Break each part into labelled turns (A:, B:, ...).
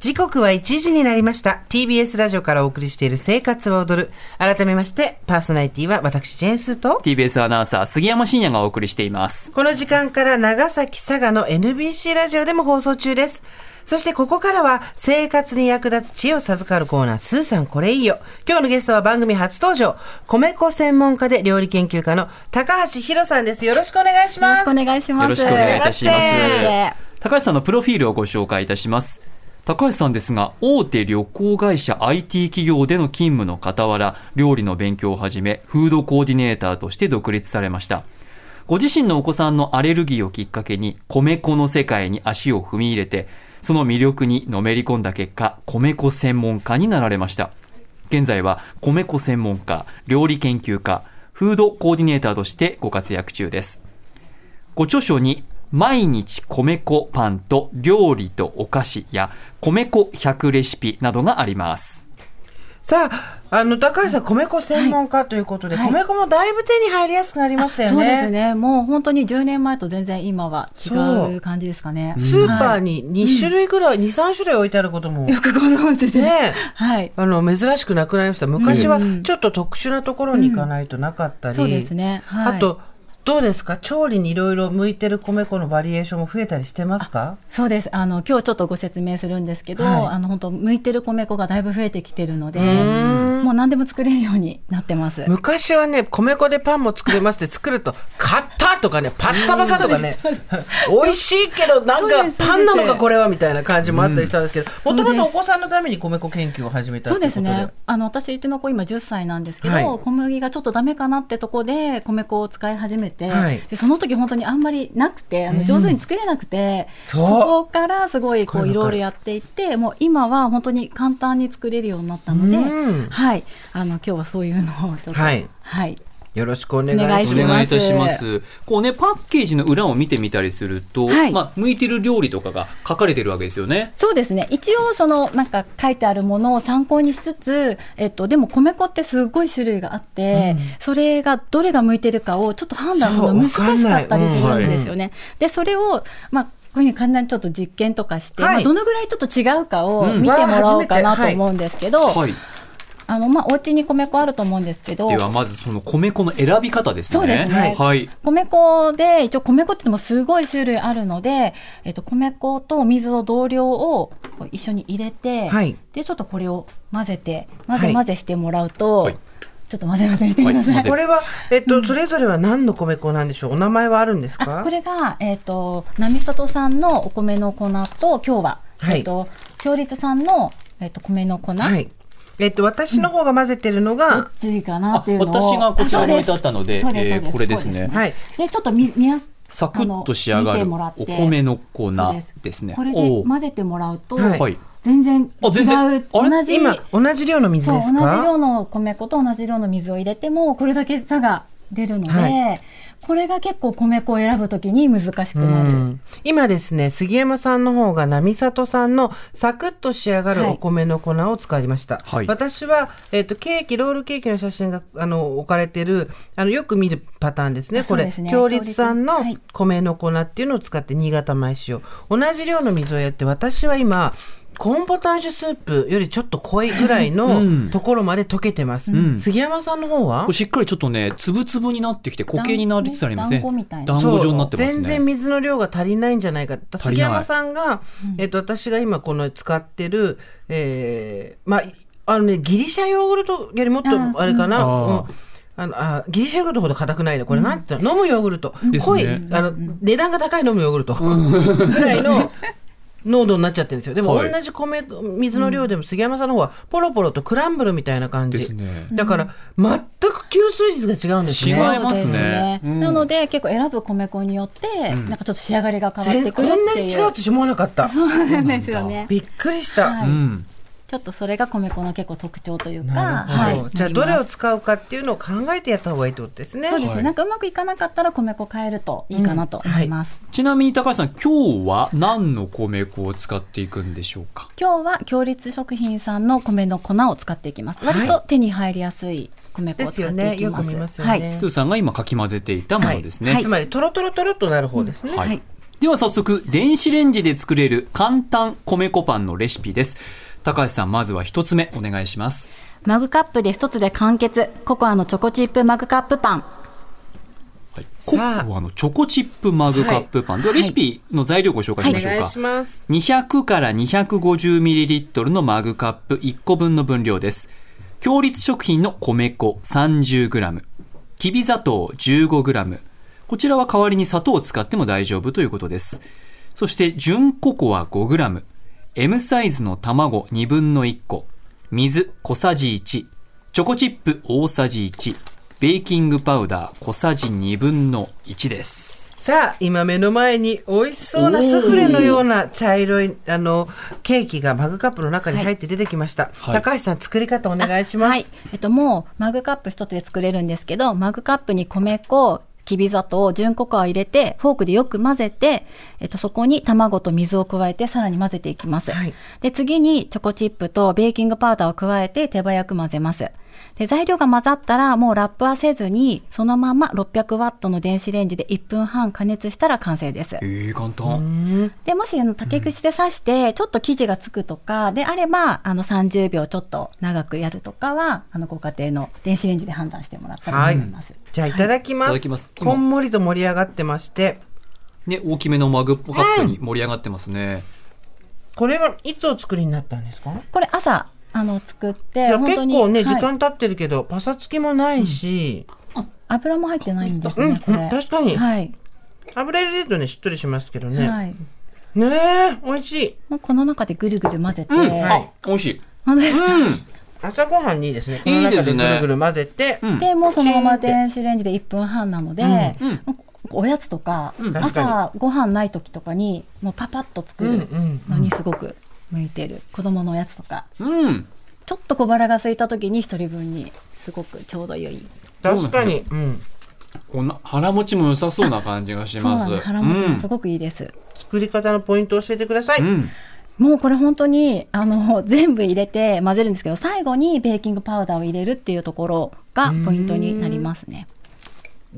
A: 時刻は1時になりました。TBS ラジオからお送りしている生活は踊る。改めまして、パーソナリティは私、ジェーンスーと
B: TBS アナウンサー、杉山真也がお送りしています。
A: この時間から長崎佐賀の NBC ラジオでも放送中です。そしてここからは生活に役立つ知恵を授かるコーナー、スーさんこれいいよ。今日のゲストは番組初登場、米粉専門家で料理研究家の高橋宏さんです。よろしくお願いします。
C: よろしくお願いします。
B: よろしくお願いいたします。高橋さんのプロフィールをご紹介いたします。高橋さんですが大手旅行会社 IT 企業での勤務の傍ら料理の勉強を始めフードコーディネーターとして独立されましたご自身のお子さんのアレルギーをきっかけに米粉の世界に足を踏み入れてその魅力にのめり込んだ結果、米粉専門家になられました。現在は米粉専門家、料理研究家、フードコーディネーターとしてご活躍中です。ご著書に、毎日米粉パンと料理とお菓子や米粉100レシピなどがあります。
A: さあ、あの、高橋さん、米粉専門家ということで、はい、米粉もだいぶ手に入りやすくなりましたよね。
C: そうですね。もう本当に10年前と全然今は違う感じですかね。
A: スーパーに2種類ぐらい、うん、2、3種類置いてあること も。
C: よくご存知で。
A: ね。
C: はい。
A: あの、珍しくなくなりました。昔はちょっと特殊なところに行かないとなかったり。うん
C: うん、そうですね。
A: はい、あと、どうですか調理にいろいろ向いてる米粉のバリエーションも増えたりしてますか
C: そうです。あの、今日ちょっとご説明するんですけど、はい、あの、本当向いてる米粉がだいぶ増えてきてるので、もう何でも作れるようになってます。
A: 昔はね、米粉でパンも作れますって作ると、買ったとかね、パッサパサとかね、美味しいけど、なんかパンなのかこれはみたいな感じもあったりしたんですけど、もともとお子さんのために米粉研究を始めた
C: そうですね。あの、私、うちの子今10歳なんですけど、はい、小麦がちょっとダメかなってとこで、米粉を使い始めて、はい、でその時本当にあんまりなくてあの上手に作れなくて、うん、そこからすごいこういろいろやっていってもう今は本当に簡単に作れるようになったので、うん、はいあの今日はそういうのをちょっと
A: はい、
C: はい
A: よろしくお願い
B: します。いいします。こうね、パッケージの裏を見てみたりすると、はい、まあ、向いてる料理とかが書かれてるわけですよね。
C: そうですね。一応、その、なんか書いてあるものを参考にしつつ、えっと、でも米粉ってすごい種類があって、うん、それがどれが向いてるかをちょっと判断するの難しかったりするんですよね。うん、で、それを、まあ、こういうふうに簡単にちょっと実験とかして、はい、まあ、どのぐらいちょっと違うかを見てもらおうかなと思うんですけど、うんはいあの、まあ、お家に米粉あると思うんですけど。
B: では、まずその米粉の選び方ですね。
C: そうですね。はい。米粉で、一応米粉ってもすごい種類あるので、えっと、米粉と水を同量を一緒に入れて、はい、で、ちょっとこれを混ぜて、混ぜ混ぜしてもらうと、はい、ちょっと混ぜ混ぜしてください。はい、
A: これは、えっと、それぞれは何の米粉なんでしょう、うん、お名前はあるんですか
C: これが、えっと、波里さんのお米の粉と、今日は、えっと、強立さんの、えっと、米の粉、
A: えっと、私の方が混ぜてるのが、
C: どっちかなっていうの
B: を私がこちらに置いてあったのででえこれですね
C: はいでちょっと見見やす
B: サクッと仕上がるお米の粉ですね
C: これで混ぜてもらうと、はい全然違う同じ
A: 今同じ量の水ですか
C: 同じ量の米粉と同じ量の水を入れてもこれだけ差が出るので、はい、これが結構米粉を選ぶときに難しくなる。
A: 今ですね、杉山さんの方が並里さんのサクッと仕上がるお米の粉を使いました。はい、私は、えっ、ー、と、ケーキ、ロールケーキの写真が、あの、置かれてる、あの、よく見るパターンですね。これ、ね、強立さんの米の粉っていうのを使って新潟米塩。同じ量の水をやって、私は今、コーンポタージュスープよりちょっと濃いぐらいのところまで溶けてます。うん、杉山さんの方は
B: しっかりちょっとね、つぶつぶになってきて、固形になりつつありますね。団
C: 子
B: 状になってます
A: ね。全然水の量が足りないんじゃないか。杉山さんが、えっ、ー、と、私が今この使ってる、えー、まあ、あのね、ギリシャヨーグルトよりもっとあれかな。うんあのあギリシャヨーグルトほど硬くないね。これなんて、うん、飲むヨーグルト。濃い、ね、あの、値段が高い飲むヨーグルト。ぐらいの、濃度になっちゃってるんですよ。でも同じ米、水の量でも杉山さんの方はポロポロとクランブルみたいな感じ。ね、だから全く吸水率が違うんですね。
B: 違いますね。
C: なので結構選ぶ米粉によって、なんかちょっと仕上がりが変わってくるっていう。こん
A: なに違うって思わなかった。
C: そうなんですよね。
A: びっくりした。うん
C: ちょっとそれが米粉の結構特徴というか、
A: はい、じゃあどれを使うかっていうのを考えてやった方がいいってことですね。
C: そうですね。なんかうまくいかなかったら米粉変えるといいかなと思います。
B: うんはい、ちなみに高橋さん、今日は何の米粉を使っていくんでしょうか。、
C: 今日は強立食品さんの米の粉を使っていきます。割と手に入りやすい米粉を使っていきま
A: すね、よく
C: す。
A: 見ますよね。はい
B: スーさんが今かき混ぜていたものですね。
A: つまりとろとろとろとなる方ですね。
B: はいでは早速電子レンジで作れる簡単米粉パンのレシピです高橋さんまずは1つ目お願いします
C: マグカップで1つで完結ココアのチョコチップマグカップパン
B: はい、ココアのチョコチップマグカップパン、はい、ではレシピの材料をご紹介しましょうか、はい、200から250ミリリットルのマグカップ1個分の分量です強立食品の米粉 30g きび砂糖 15g こちらは代わりに砂糖を使っても大丈夫ということですそして純ココア 5g M サイズの卵1分の1個水小さじ1チョコチップ大さじ1ベーキングパウダー小さじ2分の1です。
A: さあ、今目の前に美味しそうなスフレのような茶色い、あの、ケーキがマグカップの中に入って出てきました。はい、高橋さん、作り方お願いします。はい、
C: えっと、もう、マグカップ一つで作れるんですけど、マグカップに米粉、きび砂糖、純ココアを入れて、フォークでよく混ぜて、えっと、そこに卵と水を加えて、さらに混ぜていきます。はい、で、次にチョコチップとベーキングパウダーを加えて、手早く混ぜます。で、材料が混ざったら、もうラップはせずに、そのまま600ワットの電子レンジで1分半加熱したら完成です。
B: えー、簡単。
C: で、もし、あの、竹串で刺して、ちょっと生地がつくとか、であれば、あの、30秒ちょっと長くやるとかは、あの、ご家庭の電子レンジで判断してもらったらと思います。はい、
A: じゃあ、いただきます。はい、いただきます。こんもりと盛り上がってまして。
B: ね、大きめのマグカップに盛り上がってますね。
A: うん、これはいつお作りになったんですか
C: これ朝あの作って
A: 結構ね、時間経ってるけどパサつきもないし、
C: 油も入ってないんですね、
A: 確かに、油入れるとねしっとりしますけどね、ねえ美味しい
C: もうこの中でぐるぐる混ぜて、うん
B: は美味しい
C: 本当ですか、
A: 朝ごはんにいいですね。この中でぐるぐる混ぜて。
C: で、もうそのまま電子レンジで1分半なので、おやつとか、朝ごはんない時とかに、もうパパッと作るのにすごく向いてる子供のおやつとか、
B: うん、
C: ちょっと小腹が空いた時に一人分にすごくちょうど良い
A: 確かに、うん、
B: この腹持ちも良さそうな感じがします、
C: ね、腹持ちもすごくいいです、うん、
A: 作り方のポイント教えてください、うん
C: もうこれ本当にあの全部入れて混ぜるんですけど最後にベーキングパウダーを入れるっていうところがポイントになりますね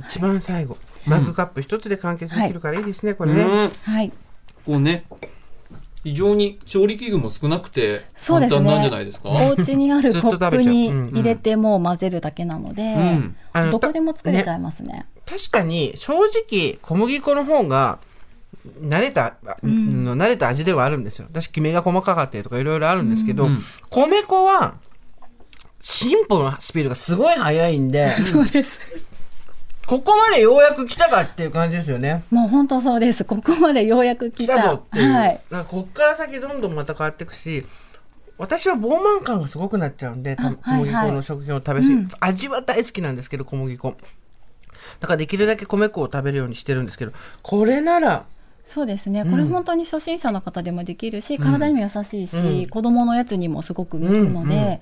A: 一番最後、マグカップ一つで完結できるからいいですね、はい、これね
C: はい
B: こうね非常に調理器具も少なくて簡単なんじゃないですか
C: です、ね、お家にあるコップに入れてもう混ぜるだけなので、うんうん、どこでも作れちゃいますね、ね、
A: 確かに正直小麦粉の方が慣れた、うん、慣れた味ではあるんですよ私きめが細かかったりとかいろいろあるんですけど、うん、米粉は進歩のスピードがすごい速いんで
C: そうです
A: ここまでようやく来たかっていう感じですよね。
C: もう本当そうです。ここまでようやく来た。
A: 来たぞっていう。はい。なんかこっから先どんどんまた変わっていくし、私は膨慢感がすごくなっちゃうんで、小麦粉の食品を食べ過ぎ、はいはい、味は大好きなんですけど、小麦粉。だからできるだけ米粉を食べるようにしてるんですけど、これなら、
C: そうですね、これ本当に初心者の方でもできるし、うん、体にも優しいし、うん、子供のやつにもすごく向くので、うんうん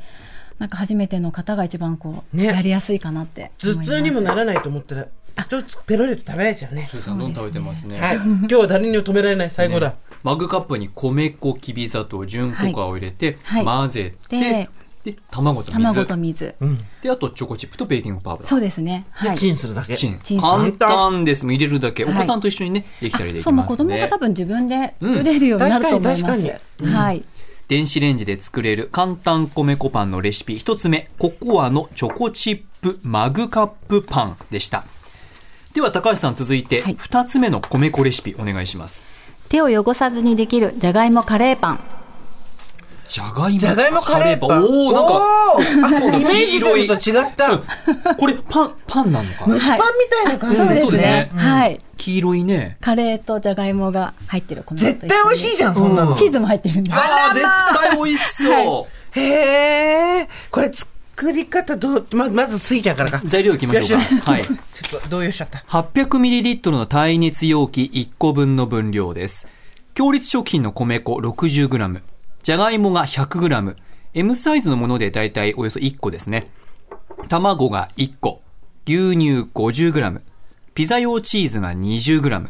C: なんか初めての方が一番こう、ね、やりやすいかなって
A: 頭痛にもならないと思ったらちょっとペロリと食べられちゃうね
B: スーさんどん食べてますね、
A: はい、今日は誰にも止められない最高だ、
B: マグカップに米粉きび砂糖純コカを入れて、混ぜてで卵と水
C: 卵と水、
B: であとチョコチップとベーキングパウダー
C: そうですね、
A: はい、チンするだけ
B: チン簡単です入れるだけお子さんと一緒にね、できたりできますそう
C: もう子供が多分自分で作れるようになると思います、はい
B: 電子レンジで作れる簡単米粉パンのレシピ1つ目ココアのチョコチップマグカップパンでしたでは高橋さん続いて2つ目の米粉レシピお願いします、
C: はい、手を汚さずにできるじゃがいもカレーパン
B: じゃがいもカレーパン。おお、なん
A: か、イメージと違った。
B: これ、パン、パンなのか
A: 蒸しパンみたいな感じ
C: ですね。はい。
B: 黄色いね。
C: カレーとじゃがいもが入ってる。
A: 絶対美味しいじゃん、そんなの。。
C: チーズも入ってるんで。
B: ああ、絶対美味しそう
A: へえ、これ作り方どう、ま、まずスイちゃんからか。
B: 材料いきましょうか。はい。
A: ちょっと動揺しちゃった。
B: 800ml の耐熱容器1個分の分量です。強烈食品の米粉 60g。じゃがいもが 100g。M サイズのものでだいたいおよそ1個ですね。卵が1個。牛乳 50g。ピザ用チーズが 20g。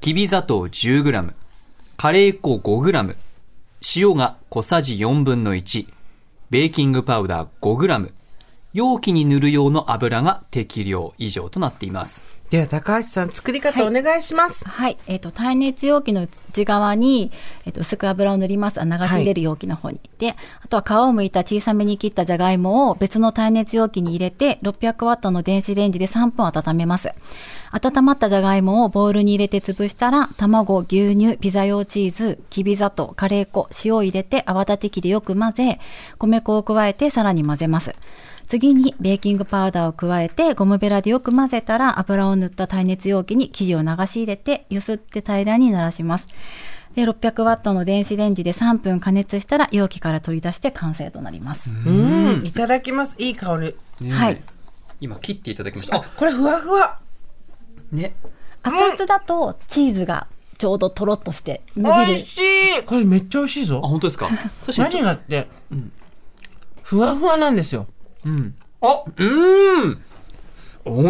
B: きび砂糖 10g。カレー粉 5g。塩が小さじ4分の1。ベーキングパウダー 5g。容器に塗る用の油が適量以上となっています。
A: では高橋さん作り方お願いします。
C: はい、はい、えっ、ー、と耐熱容器の内側にえっ、ー、と薄く油を塗ります。あ流し入れる容器の方に、はい、で、あとは皮を剥いた小さめに切ったじゃがいもを別の耐熱容器に入れて600ワットの電子レンジで3分温めます。温まったじゃがいもをボウルに入れて潰したら卵、牛乳、ピザ用チーズ、きび砂糖、カレー粉、塩を入れて泡立て器でよく混ぜ、米粉を加えてさらに混ぜます。次にベーキングパウダーを加えてゴムベラでよく混ぜたら油を塗った耐熱容器に生地を流し入れて揺すって平らにならします。で600ワットの電子レンジで3分加熱したら容器から取り出して完成となります。
A: うんいただきます。いい香り。
B: ね、はい。今切っていただきました。あ、
A: これふわふわ。
B: ね。
C: 熱々だとチーズがちょうどとろっとして伸びる。美味
A: しい。これめっちゃ美味しいぞ。
B: あ、本当ですか。
A: 何がって、うん、ふわふわなんですよ。
B: うん。あ、うん。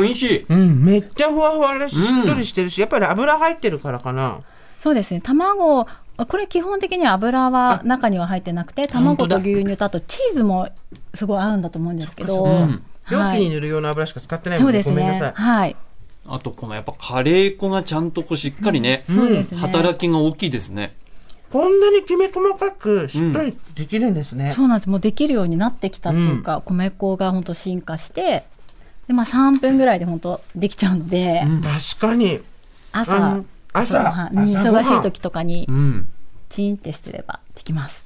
B: 美味しい。
A: うん、めっちゃふわふわだし、しっとりしてるし、やっぱり油入ってるからかな。
C: そうですね。卵、これ基本的に油は中には入ってなくて、卵と牛乳とあとチーズもすごい合うんだと思うんですけど。
A: 容器に塗る用の油しか使ってないので、ごめんなさい。
C: はい。
B: あとこのやっぱカレー粉がちゃんとこうしっかりね、働きが大きいですね。
A: こんなにきめ細かくしっとりできるんですね、
C: うん、そうなんですもうできるようになってきたっていうか、うん、米粉が本当進化してで、まあ、3分ぐらいで本当できちゃうので、
A: うん、確かに
C: 朝
A: 朝
C: 忙しい時とかにチンってすればできます、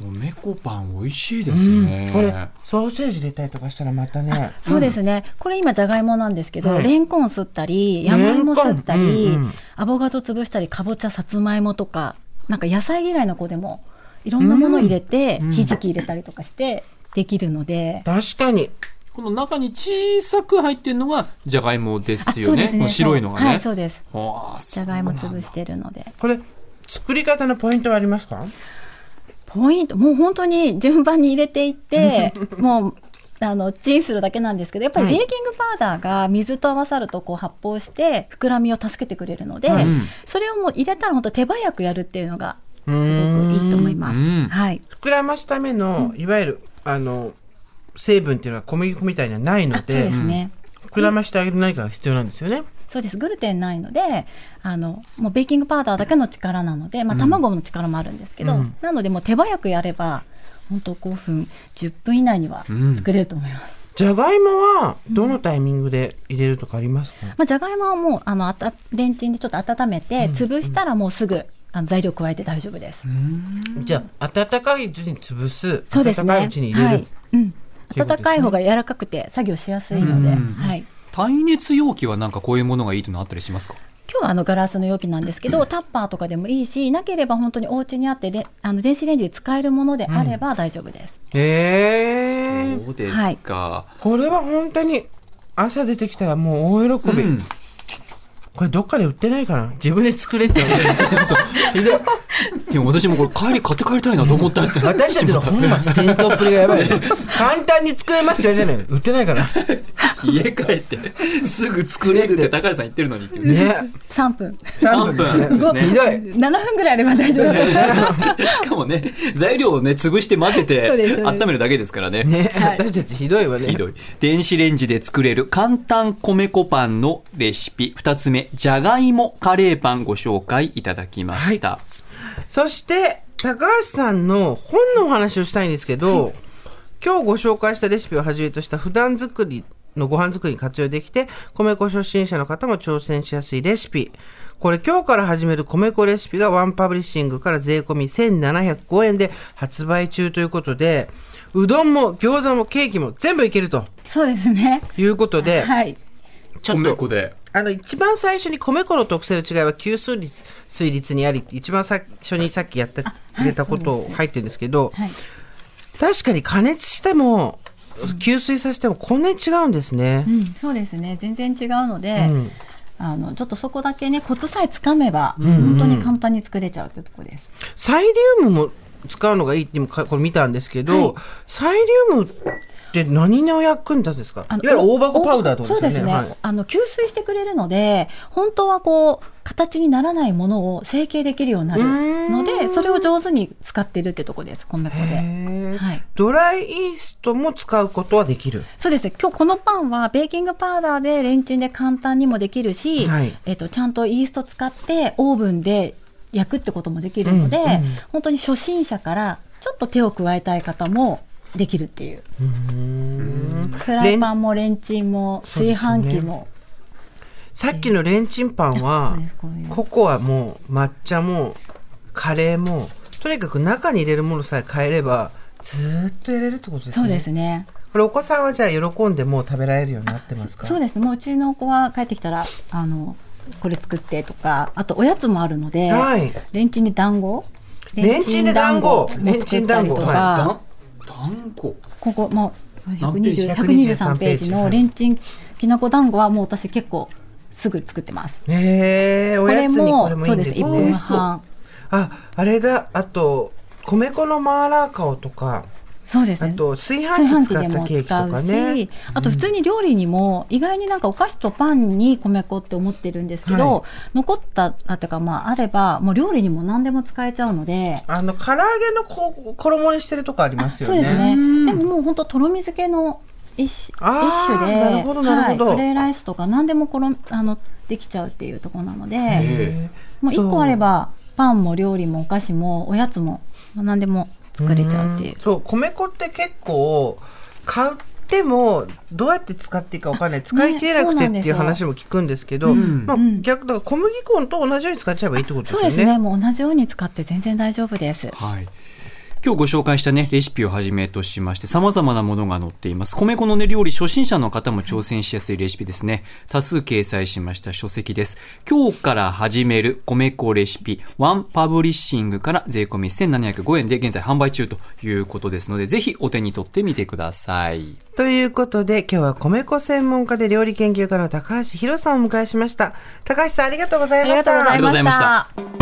B: 米粉パン美味しいですね、
A: うん、これソーセージ入れたりとかしたらまたね
C: そうですね、これ今じゃがいもなんですけど、はい、レンコンすったり山芋すったり、うんうん、アボカド潰したりかぼちゃさつまいもとかなんか野菜嫌いの子でもいろんなもの入れて、うん、ひじき入れたりとかしてできるので、
A: 確かに
B: この中に小さく入ってるのがじゃがいもですよね、ね、白いのがね
C: はいそうですじゃがいも潰してるので
A: これ作り方のポイントはありますか
C: ポイントもう本当に順番に入れていって もうあのチンするだけなんですけどやっぱりベーキングパウダーが水と合わさるとこう発泡して膨らみを助けてくれるので、うん、それをもう入れたら本当手早くやるっていうのがすごくいいと思います。はい、
A: 膨らますためのいわゆる、あの成分っていうのは小麦粉みたいにはないので
C: そうですね、
A: 膨らましてあげる何かが必要なんですよね。、
C: そうですグルテンないのであのもうベーキングパウダーだけの力なので、まあ、卵の力もあるんですけど、うん、なのでもう手早くやれば本当5分10分以内には作れると思います。うん
A: じゃがいもはどのタイミングで入れるとかありますか、うん、
C: まあ、じゃがいもはもうあのあたレンチンでちょっと温めて潰したらもうすぐ、あの材料加えて大丈夫です。
A: じゃあ温かいうちに潰す
C: そうです、ね、
A: 温かいうちに入れる、はい
C: うん、温かい方が柔らかくて作業しやすいので、はい、
B: 耐熱容器はなんかこういうものがいいというのあったりしますか
C: 今日はあのガラスの容器なんですけど、タッパーとかでもいいし、なければ本当にお家にあってで、あの電子レンジで使えるものであれば大丈夫です。
A: うん、え、
B: ー、そうですか、はい
A: これは本当に朝出てきたらもう大喜び。うん、これどっかで売ってないかな自分で作れって思、
B: ってでも私もこれ帰り買って帰りたいなと思ったって、うん
A: 私たちの本末転倒っぷりがやばい、ね、 簡単に作れますって言われないの売ってないかな
B: 家帰ってすぐ作れるって高橋さん言ってるのにっていうね
C: 3分
B: 3分ですね
A: ひどい
C: 7分ぐらいあれば大丈夫
B: しかもね材料をね潰して混ぜて温めるだけですからね
A: ね、私たちひどいわね、
B: ひどい電子レンジで作れる簡単米粉パンのレシピ2つ目じゃがいもカレーパンご紹介いただきました、はい
A: そして高橋さんの本のお話をしたいんですけど、はい、今日ご紹介したレシピをはじめとした普段作りのご飯作りに活用できて、米粉初心者の方も挑戦しやすいレシピ。これ今日から始める米粉レシピがワンパブリッシングから税込み1705円で発売中ということで、うどんも餃子もケーキも全部いけると。
C: そうですね。
A: いうことで、
C: はい。
B: ちょっと米粉で。
A: あの、一番最初に米粉の特性の違いは吸水率水率にあり、一番最初にさっきやってくれたことを入ってるんですけど、はいねはい、確かに加熱しても、吸水させてもこんなに違うんですね、
C: うん、そうですね全然違うので、うん、あのちょっとそこだけねコツさえつかめば、うんうん、本当に簡単に作れちゃうというとこです
A: サイリウムも使うのがいいってこれ見たんですけど、はい、サイリウムって何の役に立つんですかいわゆる大箱パウダーとか
C: そうですね、はい、あの吸水してくれるので本当はこう形にならないものを成形できるようになるのでそれを上手に使ってるってとこです米粉で、
A: はい、ドライイーストも使うことはできる
C: そうですね今日このパンはベーキングパウダーでレンチンで簡単にもできるし、はい、えーと、とちゃんとイースト使ってオーブンで焼くってこともできるので、うんうん、本当に初心者からちょっと手を加えたい方もできるっていうフライパンもレンチンも炊飯器
A: ね、
C: も、
A: さっきのレンチンパンは、えー、ココアも抹茶もカレーもとにかく中に入れるものさえ変えればずっと入れるってことです
C: ねそうですね
A: これお子さんはじゃあ喜んでもう食べられるようになってますか
C: そうですねもううちの子は帰ってきたらあのこれ作ってとかあとおやつもあるので、はい、レンチンに団子
A: レンチンで団子レンチン団子
B: 団子
C: ここもう123ページのレンチンきなこ団子はもう私結構すぐ作ってます。
A: えー、おやつにこれもいいんですね。
C: そうです、あ、
A: あれだ、あと、米粉のマーラー顔とか。
C: そうですね。
A: あと炊飯器使ったケーキとかね。
C: あと普通に料理にも、意外になんかお菓子とパンに米粉って思ってるんですけど、はい、残ったあとかまああればもう料理にも何でも使えちゃうので。
A: あの唐揚げのこ衣にしてるとこありますよね。
C: そうですね。でももう本当とろみ漬けの一種で、
A: なるほどなるほど。
C: はい、レーライスとか何でもころあのできちゃうっていうところなので、もう一個あればパンも料理もお菓子もおやつも何でも。作れちゃうっていう。
A: そう米粉って結構買ってもどうやって使っていいかわかんない使い切れなくてっていう話も聞くんですけど、ね、まあ、逆だから小麦粉と同じように使っちゃえばいいってことですね。
C: そうですね。もう同じように使って全然大丈夫です。
B: はい。今日ご紹介したね、レシピをはじめとしまして、様々なものが載っています。米粉のね、料理初心者の方も挑戦しやすいレシピですね。多数掲載しました書籍です。今日から始める米粉レシピ、ワンパブリッシングから税込み1705円で現在販売中ということですので、ぜひお手に取ってみてください。
A: ということで、今日は米粉専門家で料理研究家の高橋宏さんをお迎えしました。高橋さんありがとうございました。
C: ありがとうございました。